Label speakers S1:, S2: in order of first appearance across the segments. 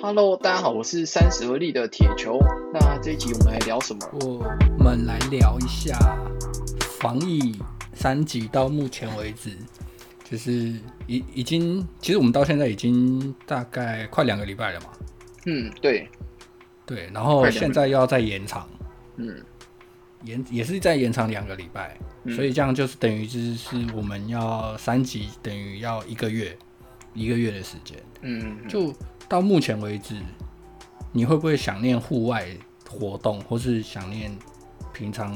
S1: Hello，大家好，我是三十而立的铁球。那这一集我们来聊什么？
S2: 我们来聊一下防疫三级到目前为止，就是已已经，其实我们到现在已经大概快两个礼拜了嘛，
S1: 嗯，对，
S2: 对，然后
S1: 快两个
S2: 现在又要再延长，
S1: 嗯，
S2: 延也是再延长两个礼拜，
S1: 嗯
S2: 所以这样就是等于就是我们要三级等于要一个月，一个月的时间，
S1: 嗯，就
S2: 就到目前为止，你会不会想念户外活动，或是想念平常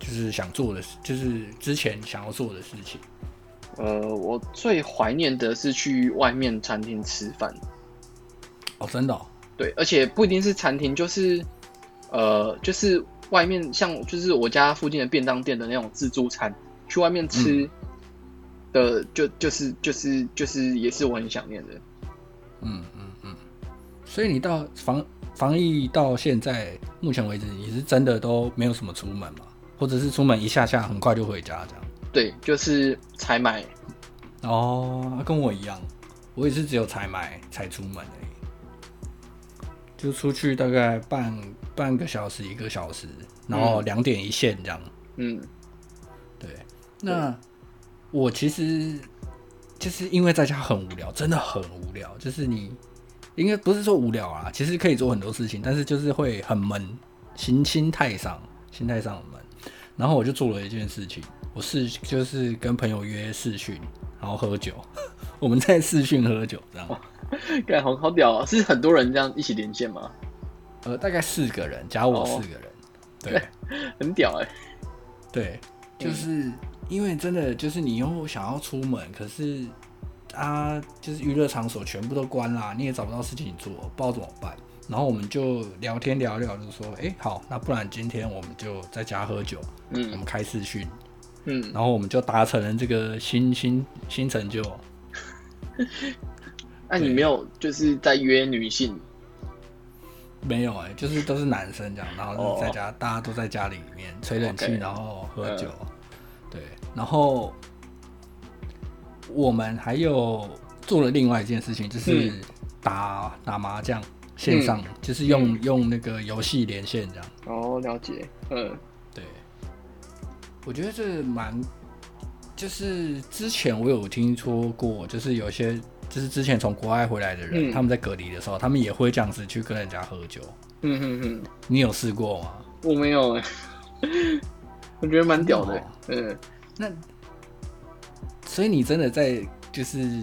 S2: 就是想做的事，就是之前想要做的事情？
S1: 呃，我最怀念的是去外面餐厅吃饭。
S2: 哦，真的、哦，
S1: 对，而且不一定是餐厅，就是呃，就是外面像就是我家附近的便当店的那种自助餐，去外面吃的、就就是就是就是也是我很想念的。
S2: 嗯嗯嗯。所以你到防防疫到现在目前为止，你是真的都没有什么出门嘛？或者是出门一下下，很快就回家这样？
S1: 对，就是采买。
S2: 哦，跟我一样，我也是只有采买才出门而已，就出去大概半半个小时一个小时，然后两点一线这样。
S1: 嗯
S2: 对，那我其实就是因为在家很无聊，真的很无聊，就是你应该不是说无聊啊，其实可以做很多事情，但是就是会很闷，心心态上心态上很闷。然后我就做了一件事情，我是就是跟朋友约视讯，然后喝酒， 我们在视讯喝酒这样。
S1: 感好好屌啊！是很多人这样一起连线吗？
S2: 呃，大概四个人，加我
S1: 哦
S2: 四个人，对。
S1: 很屌哎、
S2: 对，就是因为真的就是你又想要出门，可是啊，就是娱乐场所全部都关啦，你也找不到事情做，不知道怎么办。然后我们就聊天聊一聊，就说，哎、好，那不然今天我们就在家喝酒，我
S1: 嗯
S2: 们开视讯，
S1: 嗯，
S2: 然后我们就达成了这个新新新成就。
S1: 那、你没有就是在约女性？
S2: 没有哎、就是都是男生这样，然后就是在家，大家都在家里面吹冷气
S1: 哦 OK 嗯
S2: 然后喝酒，对，然后我们还有做了另外一件事情，就是
S1: 嗯
S2: 打、打麻将，线上、就是用、
S1: 嗯
S2: 用那个游戏连线这样，
S1: 哦，了解。嗯
S2: 对，我觉得这蛮，就是之前我有听说过，就是有些就是之前从国外回来的人，
S1: 嗯
S2: 他们在隔离的时候，他们也会这样子去跟人家喝酒，
S1: 嗯嗯嗯，
S2: 你有试过吗？
S1: 我没有 哎、我觉得蛮屌的、
S2: 哦
S1: 嗯，
S2: 那所以你真的在就是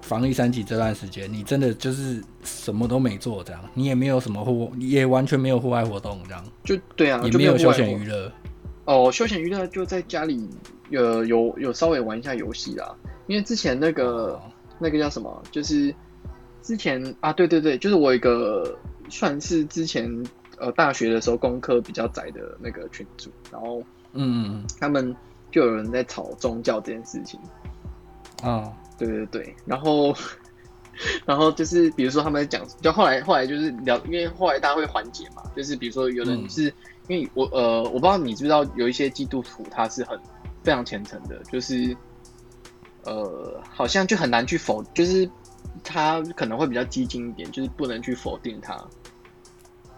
S2: 防疫三级这段时间，你真的就是什么都没做，这样你也没有什么户，你也完全没有户外活动，这样
S1: 就对啊，
S2: 也
S1: 就
S2: 没有休闲
S1: 乐
S2: 娱乐。
S1: 哦，休闲娱乐就在家里，呃，有有稍微玩一下游戏啦。因为之前那个、
S2: 哦
S1: 那个叫什么，就是之前啊，对对对，就是我有一个算是之前呃大学的时候功课比较窄的那个群组，然后
S2: 嗯
S1: 他们就有人在吵宗教这件事情。
S2: 嗯啊
S1: 对对对，然后然后就是比如说他们在讲，就后来后来就是聊，因为后来大家会缓解嘛，就是比如说有人
S2: 嗯
S1: 是、因为我呃，我不知道你知不知道，有一些基督徒他是很非常虔诚的，就是呃，好像就很难去否，就是他可能会比较激进一点，就是不能去否定他，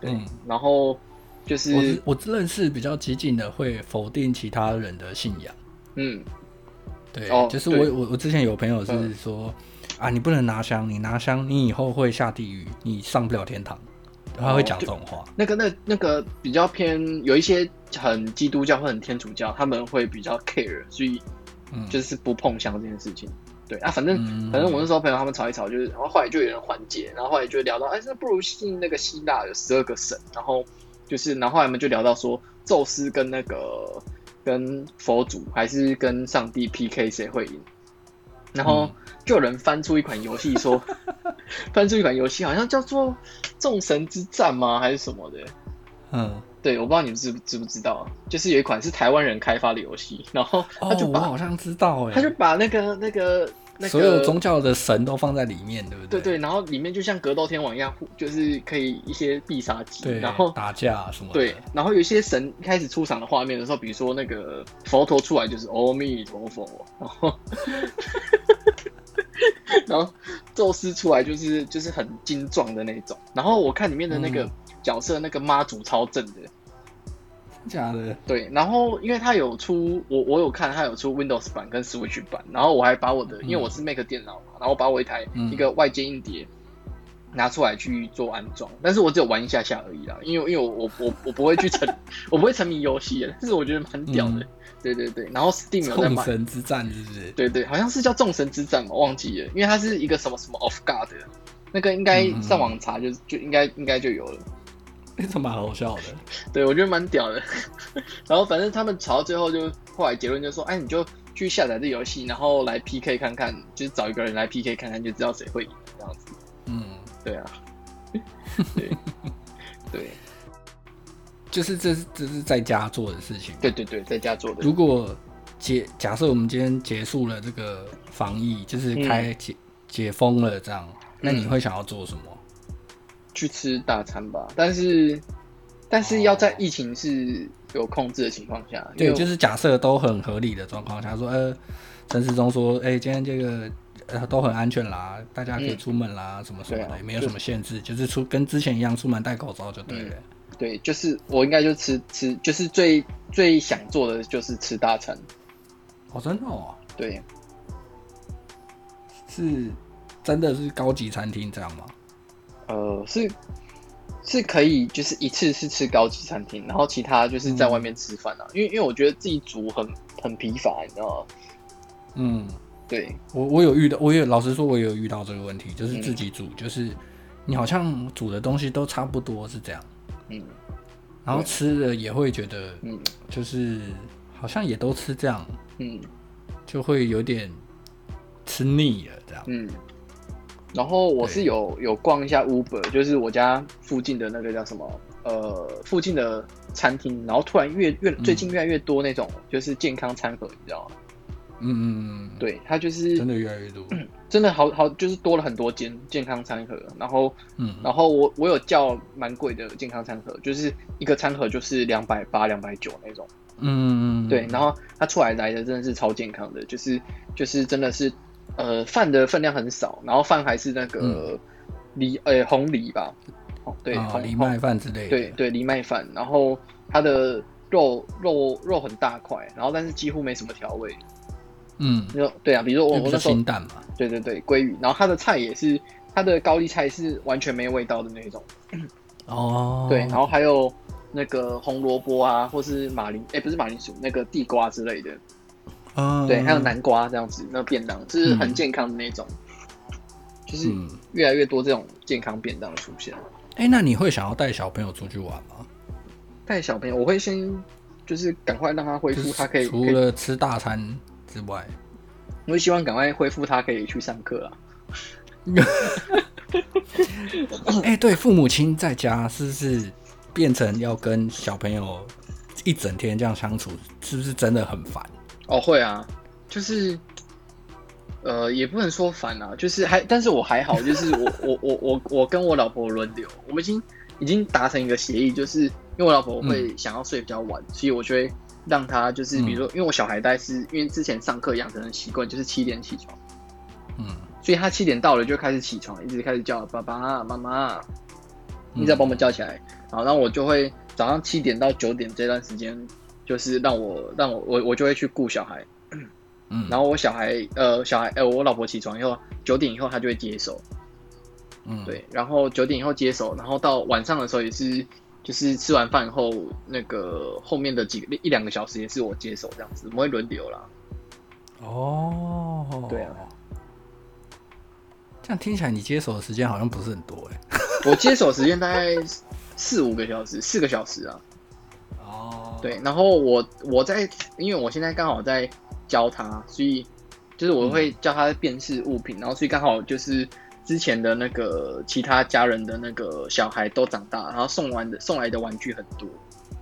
S2: 嗯，
S1: 然后就是
S2: 我是我认识比较激进的会否定其他人的信仰。
S1: 嗯
S2: 对，
S1: 哦
S2: 就是
S1: 对
S2: 我我我之前有朋友是
S1: 嗯
S2: 说、啊，你不能拿香，你拿香你以后会下地狱，你上不了天堂，他会
S1: 哦
S2: 讲这
S1: 就
S2: 种话。
S1: 那个那那个比较偏有一些很基督教或很天主教，他们会比较 care，所以
S2: 嗯，
S1: 就是不碰香这件事情。对啊，反正、
S2: 嗯
S1: 反正我那时候朋友他们吵一吵，就是然后后来就有人缓解，然后后来就聊到，哎，那不如信那个希腊有十二个神，然后就是然后后来我们就聊到说，宙斯跟那个跟佛祖还是跟上帝 PK 谁会赢，然后就有人翻出一款游戏说， 翻出一款游戏好像叫做众神之战吗还是什么的，
S2: 嗯。
S1: 对，我不知道你们知不知不知道，啊就是有一款是台湾人开发的游戏，然后他
S2: 哦，
S1: 就
S2: 我
S1: 把、
S2: 好像知道哎，
S1: 他就把那个那个那个
S2: 所有宗教的神都放在里面，对不
S1: 对
S2: 对
S1: 对，然后里面就像格斗天王一样，就是可以一些必杀技，
S2: 对，
S1: 然后
S2: 打架什么的，
S1: 对，然后有一些神开始出场的画面的时候，比如说那个佛陀出来就是阿弥陀佛，然后 然后宙斯出来就是就是很精壮的那种。然后我看里面的那个
S2: 嗯
S1: 角色，那个妈祖超正的，
S2: 假的？
S1: 对。然后因为他有出我我有看他有出 Windows 版跟 Switch 版，然后我还把我的、
S2: 嗯
S1: 因为我是 Mac 电脑嘛，然后我把我一台、
S2: 嗯
S1: 一个外接硬碟。拿出来去做安装，但是我只有玩一下下而已啦，因为因为我我我我不会去 沉，我不会沉迷游戏的，但是我觉得蛮屌的，
S2: 嗯
S1: 对对对。然后 Steam 有在
S2: 众
S1: 买，
S2: 神之战是不是？
S1: 对对，好像是叫众神之战嘛，忘记了，因为它是一个什么什么 Off Guard 的，那个应该
S2: 嗯嗯
S1: 上网查就就应该应该就有了。
S2: 这蛮好笑的。
S1: 对，我觉得蛮屌的。 然后反正他们吵到最后就后来结论就说，哎，你就去下载这游戏，然后来 PK 看看，就是找一个人来 PK 看看，就知道谁会赢这样子。
S2: 嗯，
S1: 对啊， 对对
S2: 就是这是这是在家做的事情。
S1: 对对对，在家做的
S2: 如果解假设我们今天结束了这个防疫，就是
S1: 嗯
S2: 开解、解封了这样，那你会想要做什么？
S1: 去吃大餐吧，但是但是要在
S2: 哦
S1: 疫情是有控制的情况下，因
S2: 对，
S1: 为
S2: 就是假设都很合理的状况下，说呃，陈时中说，哎、今天这个呃都很安全啦，大家可以
S1: 嗯
S2: 出门啦，什么什么
S1: 对
S2: 的，
S1: 啊
S2: 也没有什么限制，就是出跟之前一样，出门戴口罩就对了。
S1: 对，就是我应该就吃吃，就是最最想做的就是吃大餐。
S2: 哦，真的哦，
S1: 对，
S2: 是真的是高级餐厅这样吗？
S1: 呃，是是可以，就是一次是吃高级餐厅，然后其他就是在外面吃饭啊。因为因为我觉得自己煮很很疲乏，你知道吗？
S2: 嗯，
S1: 对，
S2: 我我有遇到，我也老实说，我也有遇到这个问题，就是
S1: 嗯
S2: 自己煮，就是你好像煮的东西都差不多是这样，
S1: 嗯
S2: 然后
S1: 对
S2: 吃了也会觉得
S1: 嗯
S2: 就是好像也都吃这样，
S1: 嗯
S2: 就会有点吃腻了这样。
S1: 嗯。然后我是
S2: 对
S1: 有有逛一下 Uber，就是我家附近的那个叫什么呃附近的餐厅，然后突然越越
S2: 嗯
S1: 最近越来越多那种就是健康餐盒，你知道吗？
S2: 嗯嗯嗯，
S1: 对，嗯它就是
S2: 真的越来越多。
S1: 真的好好，就是多了很多间健康餐盒，然后，
S2: 嗯
S1: 然后我我有叫蛮贵的健康餐盒，就是一个餐盒就是两百八、两百九那种，
S2: 嗯，
S1: 对，然后它出来来的真的是超健康的，就是就是真的是，呃，饭的分量很少，然后饭还是那个梨，呃，红梨吧，哦，对，
S2: 嗯啊
S1: 红
S2: 藜麦饭之类的，
S1: 对，对，藜麦饭，然后它的肉肉肉很大块，然后但是几乎没什么调味，
S2: 嗯，
S1: 就对啊，比如说我
S2: 就
S1: 我
S2: 比
S1: 那
S2: 较
S1: 时候
S2: 清淡嘛。
S1: 对对对，鲑鱼，然后它的菜也是它的高丽菜是完全没味道的那种，
S2: 哦，
S1: 对，然后还有那个红萝卜啊，或是马铃，哎、不是马铃薯，那个地瓜之类的，
S2: 嗯，
S1: 对，还有南瓜这样子，那便当就是很健康的那种，就是
S2: 嗯，
S1: 越来越多这种健康便当出现。
S2: 哎，那你会想要带小朋友出去玩吗？
S1: 带小朋友，我会先就是赶快让他恢
S2: 就
S1: 复，
S2: 是
S1: 他可以，
S2: 除
S1: 可以
S2: 了吃大餐之 外，
S1: 我会希望赶快恢复，他可以去上课啊。
S2: 哎、对，父母亲在家是不是变成要跟小朋友一整天这样相处，是不是真的很烦？
S1: 哦，会啊，就是，呃，也不能说烦啊，就是还，但是我还好，就是我我我我我跟我老婆轮流，我们已经已经达成一个协议，就是因为我老婆会想要睡比较晚，所以我就会让她就是，比如说，因为我小孩大概是因为之前上课养成的习惯就是七点起床，
S2: 嗯，
S1: 所以他七点到了就开始起床，一直开始叫爸爸妈妈，你只要把我们叫起来，然后那我就会早上七点到九点这段时间，就是让我让我我我就会去顾小孩。
S2: 嗯，
S1: 然后我小孩，呃，小孩，呃，我老婆起床以后，九点以后她就会接手，
S2: 嗯，
S1: 对，然后九点以后接手，然后到晚上的时候也是，就是吃完饭后，那个后面的几个一两个小时也是我接手这样子，我们会轮流啦。
S2: 哦，
S1: 对啊，
S2: 这样听起来你接手的时间好像不是很多哎。
S1: 我接手时间大概四五个小时，四个小时啊，
S2: 哦，
S1: 对，然后我我在，因为我现在刚好在教他，所以就是我会教他辨识物品，然后所以刚好就是之前的那个其他家人的那个小孩都长大，然后送完的送来的玩具很多，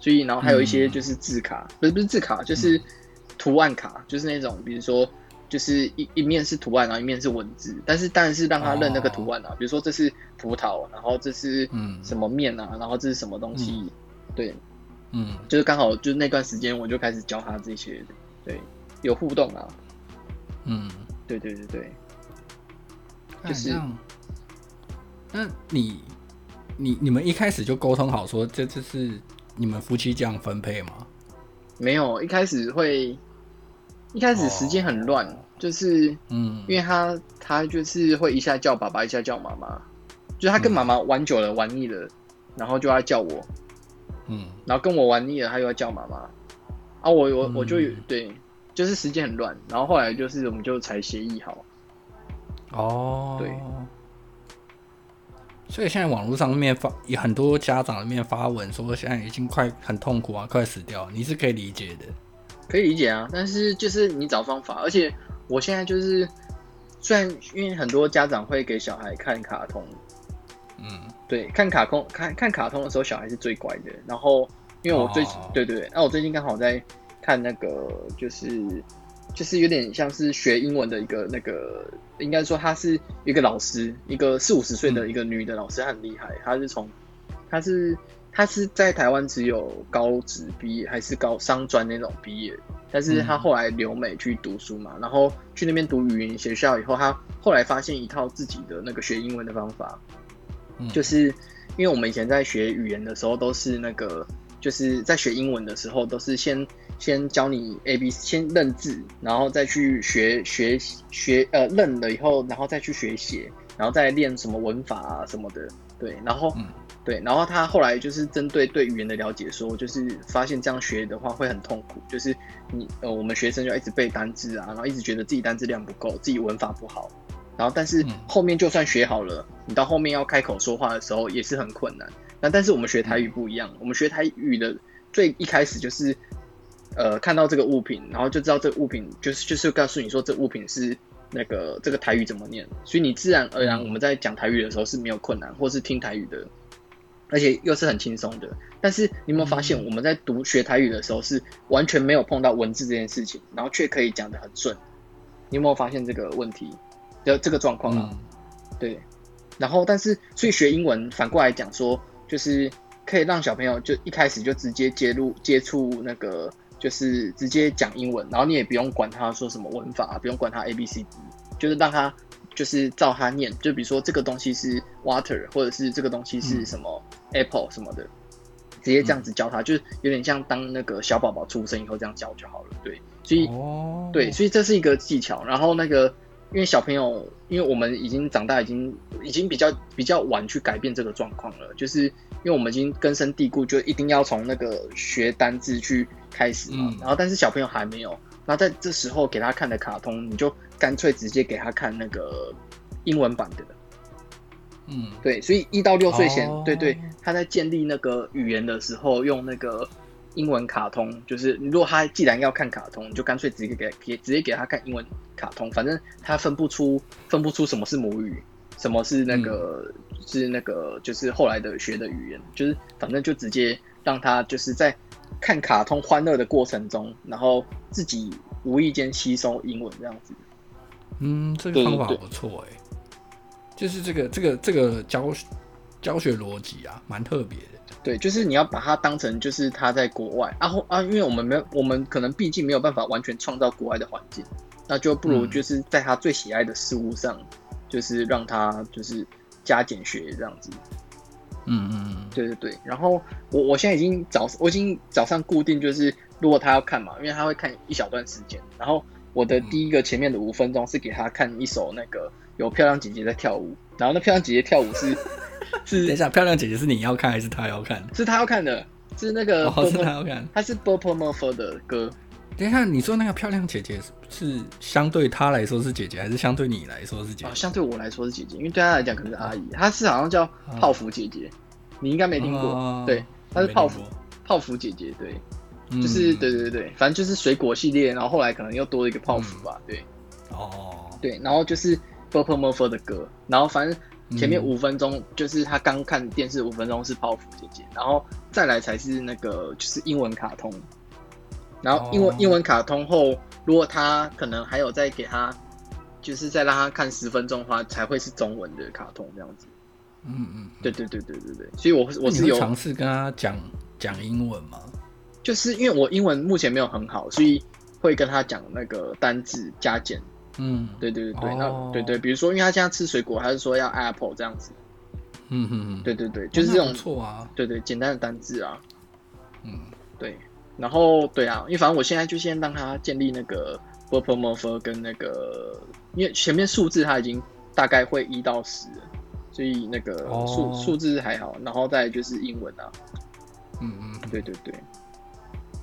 S1: 所以然后还有一些
S2: 嗯
S1: 就是字卡，不是不是字卡，就是呃图案卡，就是那种比如说。就是一一面是图案，然后一面是文字，但是当然是让他认那个图案啊。比如说这是葡萄，然后这是
S2: 哦嗯
S1: 什么面啊，然后这是什么东西，对，
S2: 嗯，
S1: 就是刚好就是那段时间我就开始教他这些，对，有互动啊，
S2: 嗯嗯，
S1: 对对对对，就是
S2: 哎这样那你你你们一开始就沟通好说，这这是你们夫妻这样分配吗？
S1: 没有一开始会，一开始时间很乱，
S2: 哦
S1: 就是
S2: 嗯，
S1: 因为他他就是会一下叫爸爸，一下叫妈妈，就是他跟
S2: 嗯
S1: 妈妈玩久了玩腻了，然后就要叫我，
S2: 嗯
S1: 然后跟我玩腻了，他又要叫妈妈。啊，我我我就有
S2: 嗯
S1: 对，就是时间很乱，然后后来就是我们就才协议好，
S2: 哦，
S1: 对。
S2: 所以现在网络上面发有很多家长面发文说，现在已经快很痛苦啊，快死掉了，你是可以理解的。
S1: 可以理解啊，但是就是你找方法，而且我现在就是，虽然因为很多家长会给小孩看卡通，
S2: 嗯，
S1: 对，看卡通看看卡通的时候，小孩是最乖的。然后因为我最、
S2: 哦
S1: 对对对，那我最近刚好在看那个就是就是有点像是学英文的一个那个，应该说她是一个老师，一个四五十岁
S2: 嗯
S1: 的一个女的老师，她很厉害，她是从她是她是在台湾只有高职毕业还是高商专那种毕业，但是她
S2: 嗯
S1: 后来留美去读书嘛，然后去那边读语言学校以后，她后来发现一套自己的那个学英文的方法，
S2: 嗯
S1: 就是因为我们以前在学语言的时候，都是那个就是在学英文的时候，都是先先教你 A B，先认字，然后再去学学学呃认了以后，然后再去学写，然后再练什么文法啊什么的，对，然后
S2: 嗯
S1: 对，然后他后来就是针对对语言的了解说，就是发现这样学的话会很痛苦，就是你呃我们学生就一直背单字啊，然后一直觉得自己单字量不够，自己文法不好，然后但是
S2: 嗯
S1: 后面就算学好了，你到后面要开口说话的时候也是很困难。那但是我们学台
S2: 嗯
S1: 语不一样，我们学台语的最一开始就是呃看到这个物品，然后就知道这个物品就是就是告诉你说这物品是那个这个台语怎么念，所以你自然而然
S2: 嗯
S1: 我们在讲台语的时候是没有困难，或是听台语的，而且又是很轻松的。但是你有没有发现
S2: 嗯
S1: 我们在读学台语的时候是完全没有碰到文字这件事情，然后却可以讲得很顺？你有没有发现这个问题的这个状况啊？
S2: 嗯
S1: 对，然后但是所以学英文反过来讲说，就是可以让小朋友就一开始就直接接入接触那个，就是直接讲英文，然后你也不用管他说什么文法，不用管他 A B C D，就是让他就是照他念，就比如说这个东西是 water，或者是这个东西是
S2: 嗯
S1: 什么 apple 什么的，直接这样子教他，就是有点像当那个小宝宝出生以后这样教就好了。对，所以
S2: 哦，
S1: 对，所以这是一个技巧。然后那个，因为小朋友，因为我们已经长大，已经已经比较比较晚去改变这个状况了，就是因为我们已经根深蒂固，就一定要从那个学单字去开始嘛。
S2: 嗯
S1: 然后，但是小朋友还没有，然后在这时候给他看的卡通，你就干脆直接给他看那个英文版的。
S2: 嗯，
S1: 对，所以一到六岁前，
S2: 哦
S1: 对对，他在建立那个语言的时候，用那个英文卡通，就是如果他既然要看卡通，你就干脆直接给给直接给他看英文卡通，反正他分不出分不出什么是母语，什么是那个、是那个就是后来的学的语言，就是反正就直接让他就是在看卡通欢乐的过程中，然后自己无意间吸收英文这样子。
S2: 嗯，这个
S1: 对
S2: 方法
S1: 对
S2: 不错哎、就是这个这个这个教学教学逻辑啊，蛮特别的。
S1: 对，就是你要把它当成就是他在国外，然后啊，因为我们没有，我们可能毕竟没有办法完全创造国外的环境，那就不如
S2: 嗯
S1: 就是在他最喜爱的事物上，就是让他就是加减学这样子。
S2: 嗯嗯
S1: 对对对，然后我我现在已经早，我已经早上固定就是，如果他要看嘛，因为他会看一小段时间，然后我
S2: 嗯
S1: 的第一个前面的五分钟是给他看一首那个有漂亮姐姐在跳舞，然后那漂亮姐姐跳舞是
S2: 嗯。等一
S1: 是
S2: 下，漂亮姐姐是你要看还是她要看？
S1: 是他要看的，是那个
S2: 哦，是她要看。
S1: 它是 b u r p l e m u r p h 的歌，
S2: 等一下，你说那个漂亮姐姐是是相对她来说是姐姐，还是相对你来说是姐
S1: 啊，
S2: 姐？
S1: 相对我来说是姐姐，因为对她来讲可能是阿姨。她是好像叫泡芙姐姐，你应该没听过
S2: 哦。
S1: 对，她是
S2: 没听
S1: 泡芙
S2: 过
S1: 泡芙姐姐，对，
S2: 嗯
S1: 就是对对对对，反正就是水果系列，然后后来可能又多了一个泡芙吧，对
S2: 哦，
S1: 对，然后就是 b u r p l e m u r p h 的歌，然后反正前面
S2: 嗯
S1: 五分钟就是她刚看电视五分钟是泡芙姐姐，然后再来才是那个就是英文卡通，然后英文、
S2: 哦
S1: 英文卡通后，如果他可能还有再给他，就是再让他看十分钟的话，才会是中文的卡通这样子。
S2: 嗯嗯，
S1: 对对对对对对，所以我我
S2: 那
S1: 是
S2: 你会
S1: 有，
S2: 尝试跟她讲讲英文吗？
S1: 就是因为我英文目前没有很好，所以会跟他讲那个单字加减，
S2: 嗯
S1: 对对对对，
S2: 哦
S1: 那对对，比如说，因为他现在吃水果，他是说要 apple 这样子。
S2: 嗯嗯，嗯，
S1: 对对对，就是这
S2: 哦那
S1: 种
S2: 不错啊，
S1: 对对简单的单字啊。
S2: 嗯，
S1: 对，然后对啊，因为反正我现在就先让他建立那个 b u r p l e m o r p h 跟那个，因为前面数字他已经大概会一到十了，所以那个
S2: 哦
S1: 数、数字还好，然后再来就是英文啊，
S2: 嗯嗯，嗯
S1: 对对对，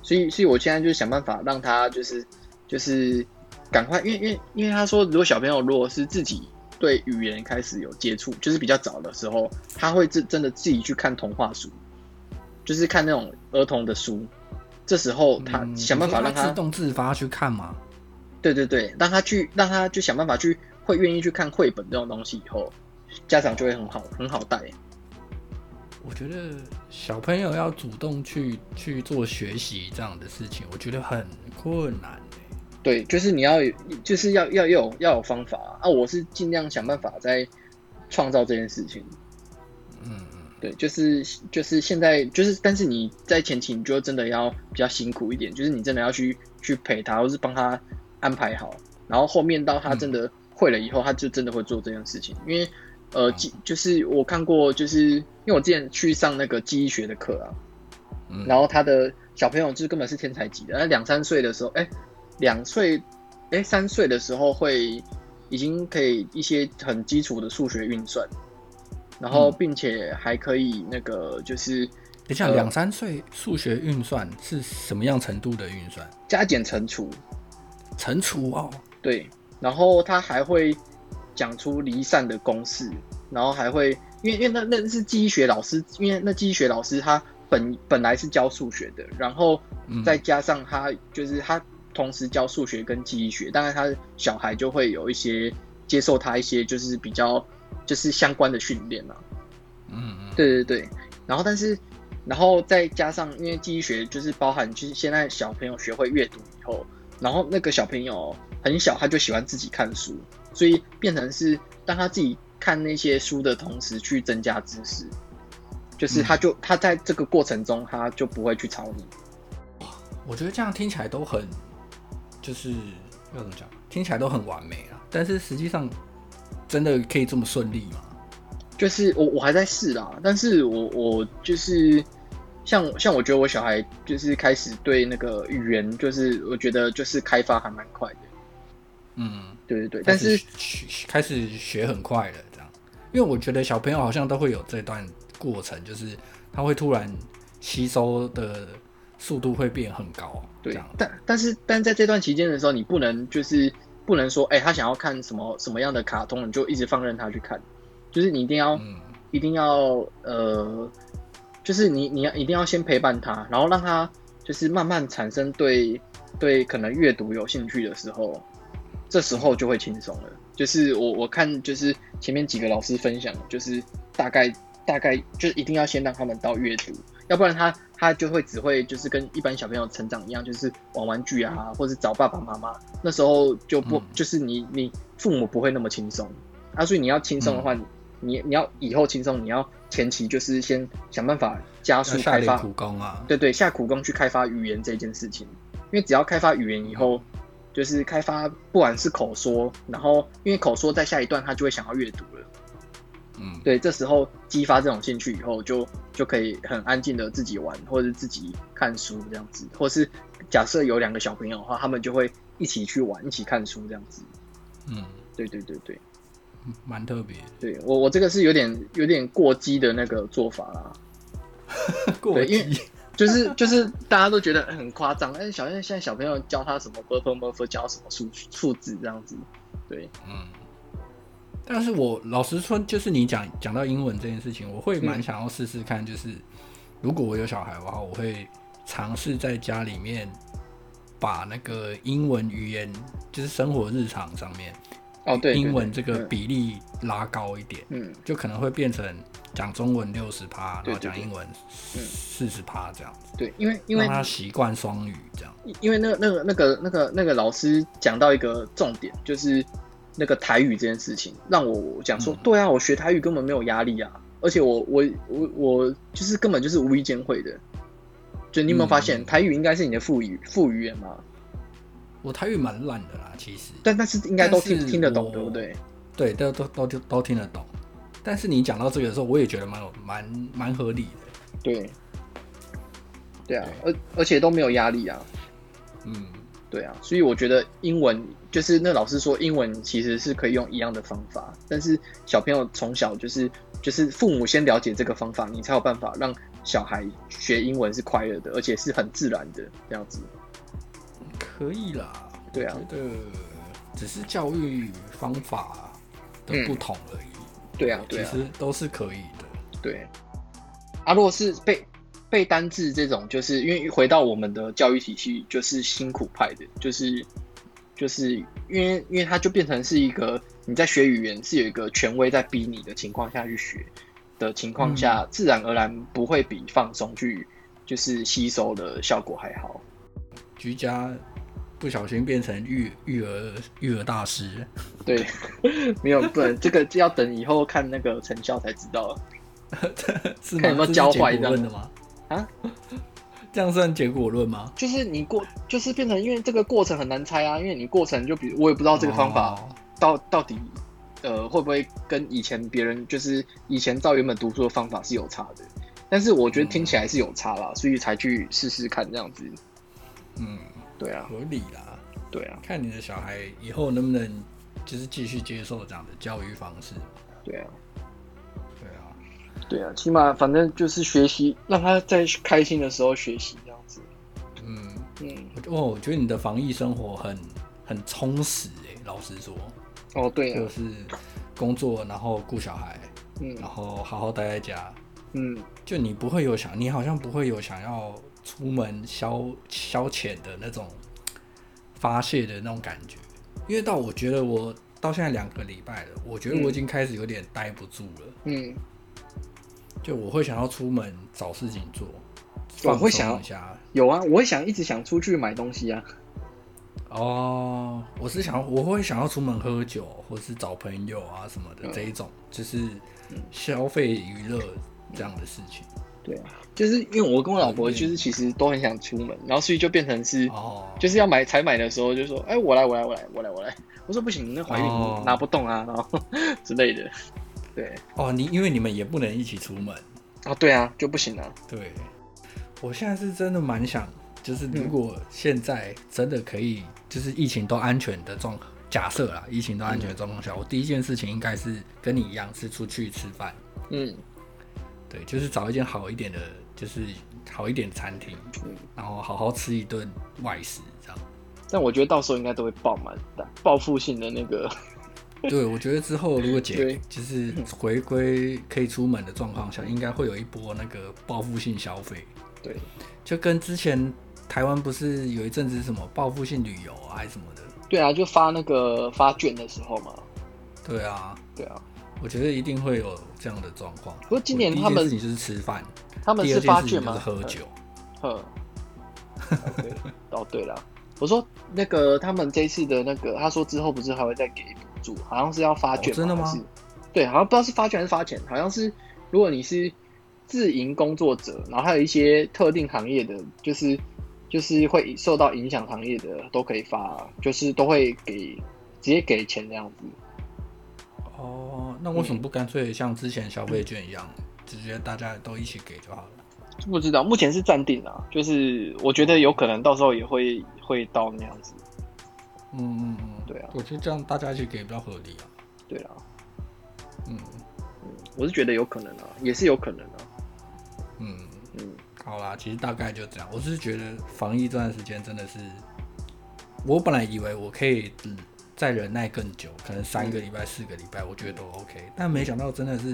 S1: 所以所以我现在就想办法让他就是就是赶快，因为因为因为他说，如果小朋友如果是自己对语言开始有接触，就是比较早的时候，他会真真的自己去看童话书，就是看那种儿童的书。这时候他
S2: 嗯
S1: 想办法让
S2: 你说自动自发去看嘛，
S1: 对对对，让他去，让他就想办法去，会愿意去看绘本这种东西，以后家长就会很好很好带。
S2: 我觉得小朋友要主动去去做学习这样的事情，我觉得很困难欸、
S1: 对，就是你要有，就是要要有要有方法啊！我是尽量想办法在创造这件事情。
S2: 嗯嗯
S1: 对，就是就是现在就是，但是你在前期你就真的要比较辛苦一点，就是你真的要去去陪他，或是帮他安排好，然后后面到他真的会了以后，他就真的会做这件事情。因为呃，记就是我看过，就是因为我之前去上那个记忆学的课啊，
S2: 嗯，
S1: 然后他的小朋友就是根本是天才级的，那两三岁的时候，哎，两岁，哎，三岁的时候会已经可以一些很基础的数学运算，然后
S2: 嗯
S1: 并且还可以那个就是
S2: 等一下
S1: 呃
S2: 两三岁数学运算是什么样程度的运算？
S1: 加减乘除，
S2: 乘除哦，
S1: 对，然后他还会讲出离散的公式，然后还会因为因为那那是记忆学老师，因为那记忆学老师他本本来是教数学的，然后
S2: 嗯
S1: 再加上他就是他同时教数学跟记忆学，当然他小孩就会有一些接受他一些就是比较就是相关的训练啊，
S2: 嗯嗯，
S1: 对对对，然后但是，然后再加上因为记忆学就是包含就是现在小朋友学会阅读以后，然后那个小朋友很小他就喜欢自己看书，所以变成是当他自己看那些书的同时去增加知识，就是他就、他在这个过程中他就不会去吵你，
S2: 我觉得这样听起来都很，就是要怎么讲？听起来都很完美啊，但是实际上真的可以这么顺利吗？
S1: 就是我我还在试啦，但是我我就是像像我觉得我小孩就是开始对那个语言就是我觉得就是开发还蛮快的，
S2: 嗯，
S1: 对对对，但是。
S2: 学学开始学很快了，这样，因为我觉得小朋友好像都会有这段过程，就是他会突然吸收的速度会变很高，这
S1: 对
S2: 样，，
S1: 但但是但在这段期间的时候，你不能就是不能说，哎、他想要看什么什么样的卡通，你就一直放任他去看，就是你一定要、
S2: 嗯
S1: 一定要呃，就是你你要一定要先陪伴他，然后让他就是慢慢产生对对可能阅读有兴趣的时候，这时候就会轻松了。就是我我看就是前面几个老师分享，就是大概大概就是一定要先让他们到阅读，要不然他他就会只会就是跟一般小朋友成长一样，就是玩玩具啊，或是找爸爸妈妈。那时候就不、
S2: 嗯
S1: 就是你你父母不会那么轻松啊，所以你要轻松的话，你你要以后轻松，你要前期就是先想办法加
S2: 要
S1: 速
S2: 下
S1: 开
S2: 点
S1: 发，
S2: 苦功啊，
S1: 对对，下苦功去开发语言这件事情，因为只要开发语言以后，就是开发不管是口说，然后因为口说在下一段他就会想要阅读了。
S2: 嗯，
S1: 对，这时候激发这种兴趣以后就，就可以很安静的自己玩，或者自己看书这样子，或是假设有两个小朋友的话，他们就会一起去玩，一起看书这样子。
S2: 嗯，
S1: 对对对对，
S2: 蛮特别的，
S1: 对我我这个是有点有点过激的那个做法啦，
S2: 过
S1: 因为
S2: 激，
S1: 就是就是大家都觉得很夸张，但是小现在小朋友教他什么 b u r p l e m u r p h 教什么数数字这样子，对，
S2: 嗯。但是我老实说，就是你讲讲到英文这件事情，我会蛮
S1: 嗯
S2: 想要试试看。就是如果我有小孩的话，我会尝试在家里面把那个英文语言，就是生活日常上面
S1: 哦对，对
S2: 英文这
S1: 对
S2: 个
S1: 嗯
S2: 比例拉高一点，
S1: 嗯
S2: 就可能会变成讲中文六十趴，然
S1: 对
S2: 后
S1: 对
S2: 讲
S1: 嗯对
S2: 英文四十趴这样子，
S1: 对，因为因
S2: 让
S1: 为
S2: 他习惯双语这样。
S1: 因为那个那个那个那个那个老师讲到一个重点，就是那个台语这件事情，让我讲说，
S2: 嗯
S1: 对啊，我学台语根本没有压力啊，而且我我我我就是根本就是无意间会的。就你有没有发现，
S2: 嗯
S1: 台语应该是你的副语副语言嘛？
S2: 我台语蛮烂的啦，其实
S1: 但但是应该都
S2: 但
S1: 听
S2: 是
S1: 听得懂
S2: 我，
S1: 对不对？
S2: 对，都都都都都听得懂。但是你讲到这个的时候，我也觉得蛮有蛮蛮合理的。
S1: 对，对啊，而而且都没有压力啊，
S2: 嗯，
S1: 对啊，所以我觉得英文就是那老师说英文其实是可以用一样的方法，但是小朋友从小就是就是父母先了解这个方法，你才有办法让小孩学英文是快乐的，而且是很自然的这样子。
S2: 可以啦。
S1: 对啊
S2: 我觉得只是教育方法的不同而已。
S1: 嗯对啊，对
S2: 其
S1: 啊，
S2: 实都是可以的。
S1: 对。啊，如果是背背单字这种，就是因为回到我们的教育体系，就是辛苦派的，就是就是因为因为它就变成是一个你在学语言是有一个权威在逼你的情况下去学的情况下，自然而然不会比放松去就是吸收的效果还好。
S2: 居家不小心变成育育儿育儿大师，
S1: 对， 没有不能这个要等以后看那个成效才知道。
S2: 是吗？
S1: 看有没有
S2: 这是
S1: 教
S2: 结果
S1: 坏这样
S2: 论的吗？
S1: 啊，
S2: 这样算结果论吗？
S1: 就是你过，就是变成因为这个过程很难猜啊，因为你过程就比我也不知道这个方法
S2: 哦
S1: 到到底呃会不会跟以前别人就是以前照原本读书的方法是有差的，但是我觉得听起来是有差啦，所以才去试试看这样子。
S2: 嗯，
S1: 对啊，
S2: 合理啦。
S1: 对啊，
S2: 看你的小孩以后能不能就是继续接受这样的教育方式。
S1: 对啊，
S2: 对啊，
S1: 对啊，起码反正就是学习，让他在开心的时候学习这样子。
S2: 嗯，
S1: 嗯，
S2: 我哦，我觉得你的防疫生活很很充实诶、老实说，
S1: 哦对
S2: 就
S1: 啊，
S2: 是工作，然后顾小孩，
S1: 嗯
S2: 然后好好待在家，
S1: 嗯，
S2: 就你不会有想，你好像不会有想要出门消消遣的那种发泄的那种感觉，因为到我觉得我到现在两个礼拜了，我觉得我已经开始有点待不住了，
S1: 嗯，
S2: 就我会想要出门找事情做，
S1: 我会
S2: 放松
S1: 想要
S2: 一下。
S1: 有啊，我会想一直想出去买东西啊。
S2: 哦，我是想要我会想要出门喝酒，或是找朋友啊什么的
S1: 嗯
S2: 这一种，就是消费娱乐这样的事情。
S1: 对啊，就是因为我跟我老婆
S2: 嗯
S1: 就是其实都很想出门，然后所以就变成是
S2: 哦，
S1: 嗯就是要买采买的时候就说，哎、我来，我来，我来，我来，我来。我说不行，那怀孕
S2: 哦
S1: 拿不动啊，然后 之类的。对，
S2: 哦，你因为你们也不能一起出门。
S1: 啊，对啊，就不行了、啊。
S2: 对，我现在是真的蛮想，就是如
S1: 嗯
S2: 果现在真的可以，就是疫情都安全的状假设啦，疫情都
S1: 嗯
S2: 安全的状况下，我第一件事情应该是跟你一样，是出去吃饭。
S1: 嗯，
S2: 对，就是找一间好一点的，就是好一点的餐厅，
S1: 嗯
S2: 然后好好吃一顿外食，这样。
S1: 但我觉得到时候应该都会爆满的，报复性的那个。
S2: 对，我觉得之后如果解
S1: 对
S2: 就是回归可以出门的状况下，应该会有一波那个报复性消费。
S1: 对，
S2: 就跟之前台湾不是有一阵子什么报复性旅游啊，还是什么的。
S1: 对啊，就发那个发卷的时候嘛。
S2: 对啊，
S1: 对啊，
S2: 我觉得一定会有这样的状况。啊
S1: 不过今年
S2: 我第一
S1: 他们
S2: 件事情就是吃饭，
S1: 他们
S2: 第
S1: 是
S2: 二件
S1: 发
S2: 事情
S1: 卷
S2: 就
S1: 吗？
S2: 是喝酒。哦
S1: 嗯。嗯。哦，对了，我说那个他们这次的那个，他说之后不是还会再给补助，好像是要发卷、
S2: 哦真的吗
S1: 还是？对，好像不知道是发卷还是发钱，好像是如果你是自营工作者，然后还有一些特定行业的，就是就是会受到影响行业的都可以发，就是都会给直接给钱这样子。
S2: 哦，那为什么不干脆像之前消费券一样，直接大家都一起给就好了？
S1: 不知道，目前是暂定啊，就是我觉得有可能到时候也会会到那样子。
S2: 嗯嗯嗯，
S1: 对啊
S2: 我觉得这样大家一起给比较合理啊。
S1: 对啊，
S2: 嗯
S1: 我是觉得有可能啊，也是有可能啊。
S2: 嗯，
S1: 嗯，
S2: 好啦，其实大概就这样。我是觉得防疫这段时间真的是，我本来以为我可以、嗯、再忍耐更久，可能三个礼拜、四个礼拜，我觉得都 OK。但没想到真的是，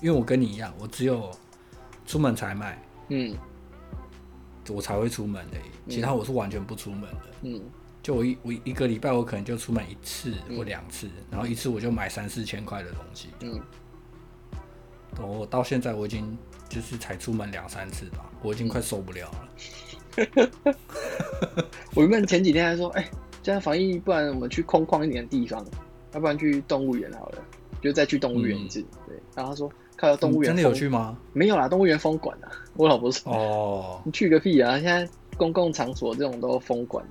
S2: 因为我跟你一样，我只有出门才买，
S1: 嗯
S2: 我才会出门的，其他我是完全不出门的。
S1: 嗯
S2: 就我一我一个礼拜我可能就出门一次
S1: 嗯
S2: 或两次，然后一次我就买三四千块的东西。
S1: 嗯
S2: 然后我到现在我已经就是才出门两三次吧，我已经快受不了了。，
S1: 我原本前几天还说，哎、这样防疫，不然我们去空旷一点的地方，要不然去动物园好了，就再去动物园一次。对，然后他说，看到动物
S2: 你
S1: 园
S2: 嗯真的有
S1: 封
S2: 去吗？
S1: 没有啦，动物园封馆了、啊。我老婆说，嗯
S2: 哦，
S1: 你去个屁啊！现在公共场所这种都封馆，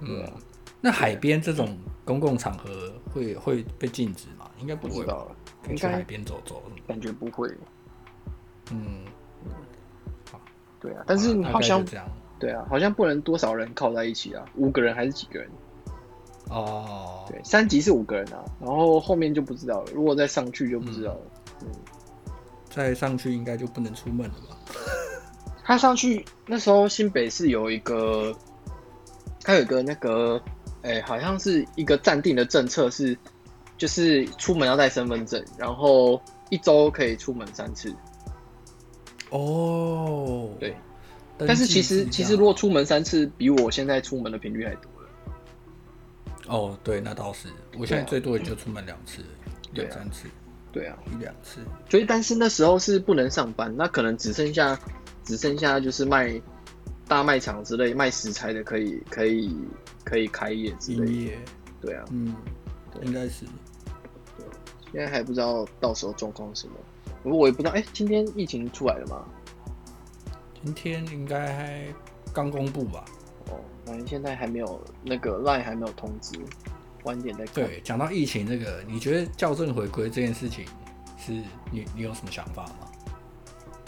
S1: 对啊，
S2: 嗯那海边这种公共场合会会被禁止吗？应该不
S1: 不
S2: 会
S1: 知
S2: 吧？
S1: 道了，
S2: 可以
S1: 应
S2: 去海
S1: 该
S2: 边走走。
S1: 感觉不会。
S2: 嗯，
S1: 对啊，但是
S2: 大概
S1: 好像
S2: 就这样
S1: 对啊，好像不能多少人靠在一起啊，五个人还是几个人？
S2: 哦。
S1: 对，三级是五个人啊，然后后面就不知道了。如果再上去就不知道了。
S2: 再上去应该就不能出门了吧？
S1: 他上去那时候新北市有一个，他有一个那个，哎、好像是一个暂定的政策是，就是出门要带身份证，然后一周可以出门三次。
S2: 哦，
S1: 对
S2: 登记这样，
S1: 但是其实其实如果出门三次，比我现在出门的频率还多了。
S2: 哦，对，那倒是，我现在最多也就出门两次而已，
S1: 啊对啊
S2: 两三次，
S1: 对啊，
S2: 一两次。
S1: 所以但是那时候是不能上班，那可能只剩下只剩下就是卖大卖场之类卖食材的可以可以可以开业之类
S2: 营
S1: 的。
S2: 业，
S1: 对啊，
S2: 嗯，
S1: 对
S2: 应该是
S1: 现在还不知道到时候状况是什么。不过我也不知道，哎、今天疫情出来了吗？
S2: 今天应该刚公布吧？
S1: 哦，反正现在还没有那个 LINE 还没有通知，晚点再看。
S2: 对，讲到疫情这个，你觉得校正回归这件事情是你你有什么想法吗？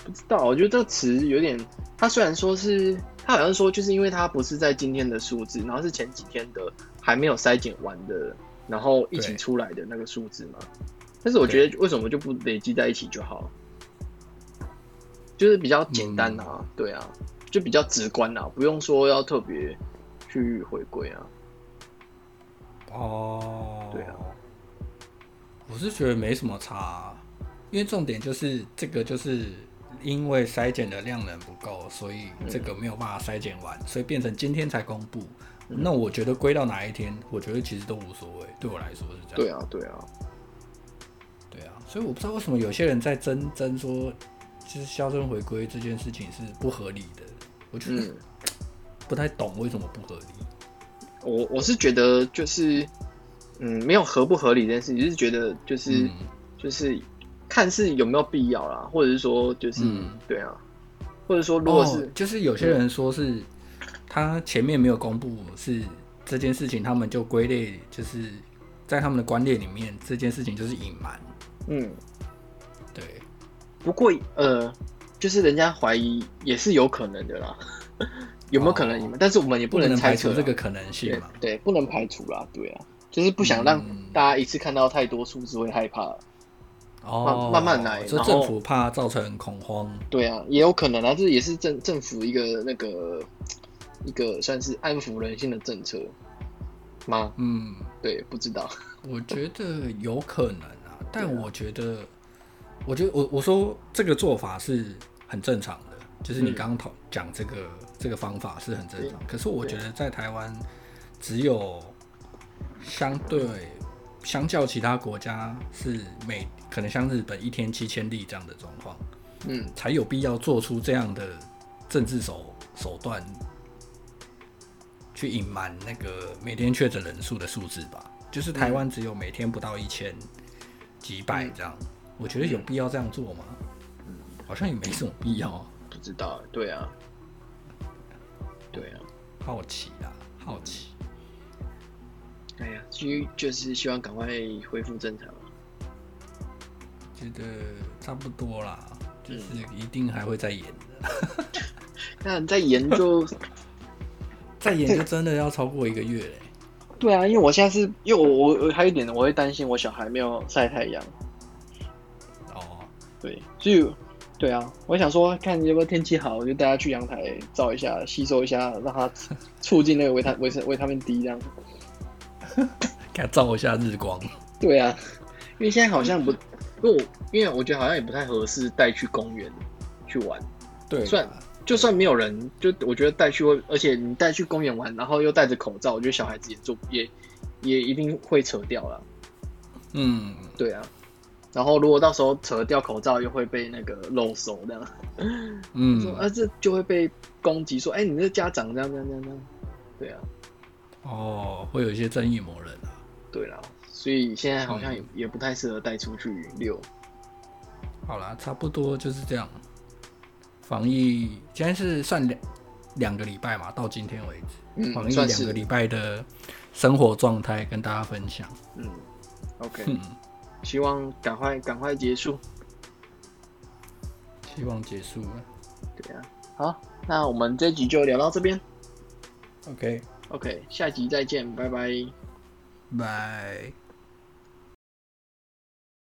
S1: 不知啊道，我觉得这个词有点，它虽然说是，它好像说就是因为它不是在今天的数字，然后是前几天的还没有筛检完的，然后一起
S2: 对
S1: 出来的那个数字嘛。但是我觉得为什么就不累积在一起就好？就是比较简单啊，
S2: 嗯
S1: 对啊，就比较直观啊，不用说要特别去回归啊。
S2: 哦，
S1: 对啊，
S2: 我是觉得没什么差啊、因为重点就是这个就是。因为筛检的量能不够，所以这个没有办法筛检完，所以变成今天才公布。
S1: 嗯
S2: 那我觉得归到哪一天，我觉得其实都无所谓，对我来说是这样。
S1: 对啊，对啊，
S2: 对啊，所以我不知道为什么有些人在争争说，就是校正回归这件事情是不合理的，我觉得
S1: 嗯，
S2: 不太懂为什么不合理。
S1: 我我是觉得就是，嗯，没有合不合理这件事，就是觉得就是。
S2: 嗯，
S1: 就是看是有没有必要啦，或者是说就是、
S2: 嗯
S1: 对啊，或者说如果是、
S2: 哦就是有些人说是他前面没有公布是这件事情，他们就归类就是在他们的观念里面，这件事情就是隐瞒。
S1: 嗯，
S2: 对，
S1: 不过呃，就是人家怀疑也是有可能的啦， 有没有可能
S2: 哦
S1: 你们？但是我们也
S2: 不
S1: 能
S2: 能
S1: 猜
S2: 排
S1: 测啊
S2: 除
S1: 啦
S2: 这个可能性
S1: 对
S2: 嘛。
S1: 对，不能排除啦，对啊，就是不想让
S2: 嗯
S1: 大家一次看到太多数字会害怕，
S2: 哦，
S1: 慢慢来
S2: 说
S1: 然后
S2: 政府怕造成恐慌。
S1: 对啊，也有可能啊，这也是政政府一个那个一个算是安抚人心的政策吗？
S2: 嗯，
S1: 对，不知道，
S2: 我觉得有可能啊，但我觉得，我觉得我我说这个做法是很正常的，就是你
S1: 嗯
S2: 刚刚讨讲这个这个方法是很正常。可是我觉得在台湾，只有相对相较其他国家是每可能像日本一天七千例这样的状况，
S1: 嗯，
S2: 才有必要做出这样的政治手手段。去隐瞒那个每天确诊人数的数字吧。就是台湾只有每天不到一千几百
S1: 嗯
S2: 这样，我觉得有必要这样做吗？好像也没什么必要啊、
S1: 不知道，对啊，对啊。
S2: 好奇啦，好奇。
S1: 哎呀，其实就是希望赶快恢复正常啊。
S2: 觉得差不多啦，就是一定还会再演的，
S1: 那再研 究，
S2: 再演就真的要超过一个月嘞、
S1: 对啊，因为我现在是，因为我我我还有一点，我会担心我小孩没有晒太阳，
S2: 哦，
S1: 对，所以对啊，我想说看要不要天气好，我就带他去阳台照一下，吸收一下，让 他促进那个维他维生维他命 D 这样。
S2: 给它照一下日光。
S1: 对啊，因为现在好像不，因为我因为我觉得好像也不太合适带去公园去玩。
S2: 对
S1: 算
S2: 啦
S1: 就算没有人，就我觉得带去会，而且你带去公园玩，然后又戴着口罩，我觉得小孩子也做也也一定会扯掉了。
S2: 嗯，
S1: 对啊，然后如果到时候扯掉口罩，又会被那个漏收这样，说
S2: 嗯，
S1: 啊这就会被攻击，说哎、你这家长这样这样这样这样。对啊，
S2: 哦，会有一些正义魔人啊。
S1: 对啦，所以现在好像
S2: 嗯
S1: 也、也不太适合带出去溜。
S2: 好啦，差不多就是这样。防疫现在是算两两个礼拜嘛，到今天为止，好
S1: 嗯，
S2: 像
S1: 算
S2: 一两个
S1: 是
S2: 礼拜的生活状态跟大家分享。
S1: 嗯，OK，
S2: 嗯，
S1: 希望赶快赶快结束。
S2: 希望结束了。
S1: 对啊，好，那我们这集就聊到这边。
S2: OK，
S1: OK，下集再见，拜拜。
S2: 拜。